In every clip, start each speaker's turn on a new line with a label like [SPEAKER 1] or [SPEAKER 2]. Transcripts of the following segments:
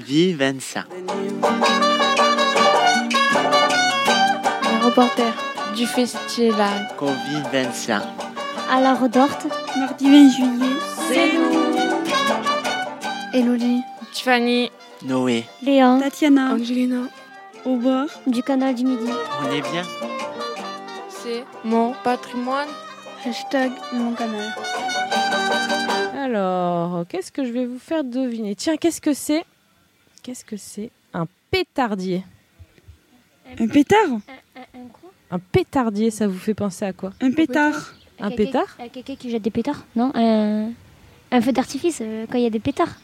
[SPEAKER 1] convivenza.
[SPEAKER 2] Un reporter du festival.
[SPEAKER 1] Convivenza.
[SPEAKER 3] À la Redorte,
[SPEAKER 4] Mardi 20 juillet,
[SPEAKER 2] C'est nous.
[SPEAKER 3] Elodie,
[SPEAKER 2] Tiffany.
[SPEAKER 1] Noé,
[SPEAKER 3] Léa,
[SPEAKER 4] Tatiana,
[SPEAKER 2] Angelina.
[SPEAKER 4] au bord,
[SPEAKER 3] du canal du Midi.
[SPEAKER 1] on est bien
[SPEAKER 2] C'est mon patrimoine.
[SPEAKER 4] hashtag mon canal.
[SPEAKER 5] Alors, qu'est-ce que je vais vous faire deviner Tiens, qu'est-ce que c'est Qu'est-ce que c'est Un pétardier.
[SPEAKER 4] Un pétard
[SPEAKER 5] Un pétardier, ça vous fait penser à quoi
[SPEAKER 4] Un pétard
[SPEAKER 5] Un pétard
[SPEAKER 3] Euh, Quelqu'un qui jette des pétards Non un... un feu d'artifice euh, quand il y a des pétards.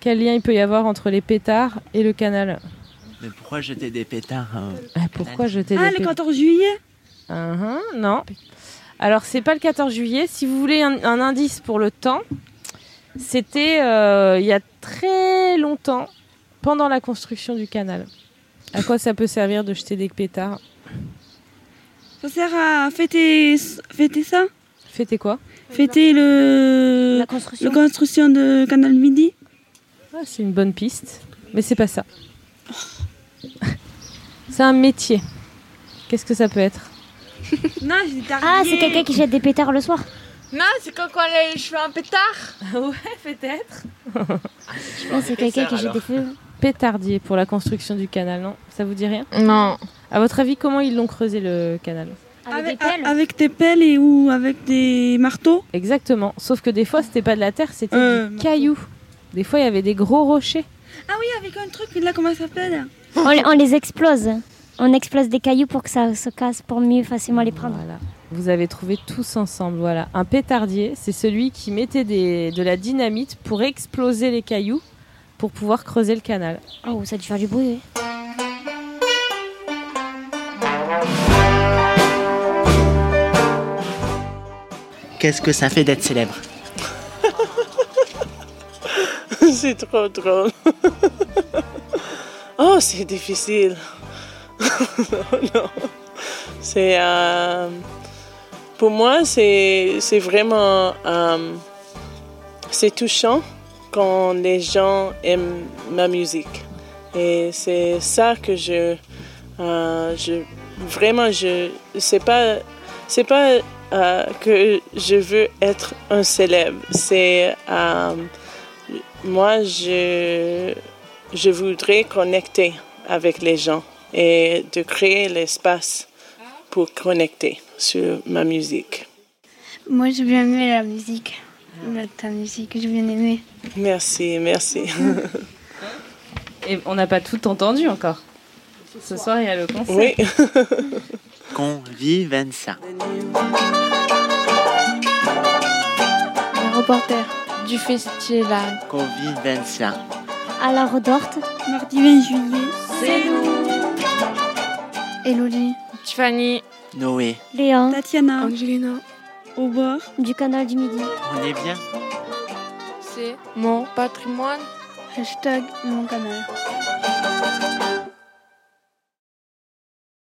[SPEAKER 5] Quel lien il peut y avoir entre les pétards et le canal
[SPEAKER 1] Mais pourquoi jeter des pétards hein
[SPEAKER 5] Ah, Pourquoi jeter
[SPEAKER 4] Ah,
[SPEAKER 5] des
[SPEAKER 4] le
[SPEAKER 5] pétards
[SPEAKER 4] 14 juillet
[SPEAKER 5] Ah, hein, Non. Alors, c'est pas le 14 juillet. Si vous voulez un, un indice pour le temps, c'était euh, il y a très longtemps, pendant la construction du canal. À quoi ça peut servir de jeter des pétards
[SPEAKER 4] Ça sert à fêter, fêter ça
[SPEAKER 5] Fêtez quoi
[SPEAKER 4] Fêter le,
[SPEAKER 3] La construction.
[SPEAKER 4] le construction de Canal Midi
[SPEAKER 5] Ah, c'est une bonne piste, mais c'est pas ça. c'est un métier. Qu'est-ce que ça peut être
[SPEAKER 4] Non, c'est
[SPEAKER 3] Ah, c'est quelqu'un qui jette des pétards le soir.
[SPEAKER 2] Non, c'est quand on a les cheveux en pétard.
[SPEAKER 5] Ah Ouais, peut-être.
[SPEAKER 3] Ah, c'est quelqu'un qui jette des feux.
[SPEAKER 5] Pétardier pour la construction du canal, non Ça vous dit rien
[SPEAKER 2] Non.
[SPEAKER 5] À votre avis, comment ils l'ont creusé le canal
[SPEAKER 3] Avec,
[SPEAKER 4] Avec,
[SPEAKER 3] des pelles.
[SPEAKER 4] avec des pelles et ou avec des marteaux
[SPEAKER 5] Exactement. Sauf que des fois, c'était pas de la terre, c'était
[SPEAKER 4] Euh,
[SPEAKER 5] du
[SPEAKER 4] non.
[SPEAKER 5] caillou. Des fois, il y avait des gros rochers.
[SPEAKER 4] Ah oui, avec un truc, là, comment ça s'appelle
[SPEAKER 3] On, on les explose. On explose des cailloux pour que ça se casse pour mieux facilement les prendre.
[SPEAKER 5] Voilà. Vous avez trouvé tous ensemble, voilà. Un pétardier, c'est celui qui mettait des- de la dynamite pour exploser les cailloux pour pouvoir creuser le canal.
[SPEAKER 3] Oh, ça a dû faire du bruit. oui.
[SPEAKER 1] Qu'est-ce que ça fait d'être célèbre
[SPEAKER 6] C'est trop drôle. oh, c'est difficile. Oh, non. C'est. euh, pour moi, c'est c'est vraiment. euh, c'est touchant quand les gens aiment ma musique. Et c'est ça que je. euh, je vraiment, je. C'est pas. C'est pas euh, que je veux être un célèbre. C'est. euh, moi, je, je voudrais connecter avec les gens et de créer l'espace pour connecter sur ma musique.
[SPEAKER 7] Moi, j'ai bien aimé la musique. La- ta musique, j'ai bien aimé.
[SPEAKER 6] Merci, merci.
[SPEAKER 5] Et on n'a pas tout entendu encore. Ce soir, il y a le concert.
[SPEAKER 6] Oui.
[SPEAKER 1] Convivenza.
[SPEAKER 2] Un reporter du festival.
[SPEAKER 1] Convivenza.
[SPEAKER 3] À la Redorte,
[SPEAKER 4] Mardi 20 juillet,
[SPEAKER 2] C'est nous.
[SPEAKER 7] Elodie,
[SPEAKER 2] Tiffany.
[SPEAKER 1] Noé,
[SPEAKER 3] Léa,
[SPEAKER 4] Tatiana,
[SPEAKER 2] Angelina.
[SPEAKER 4] au bord,
[SPEAKER 3] du canal du Midi.
[SPEAKER 1] on est bien
[SPEAKER 2] C'est mon patrimoine.
[SPEAKER 7] hashtag mon canal.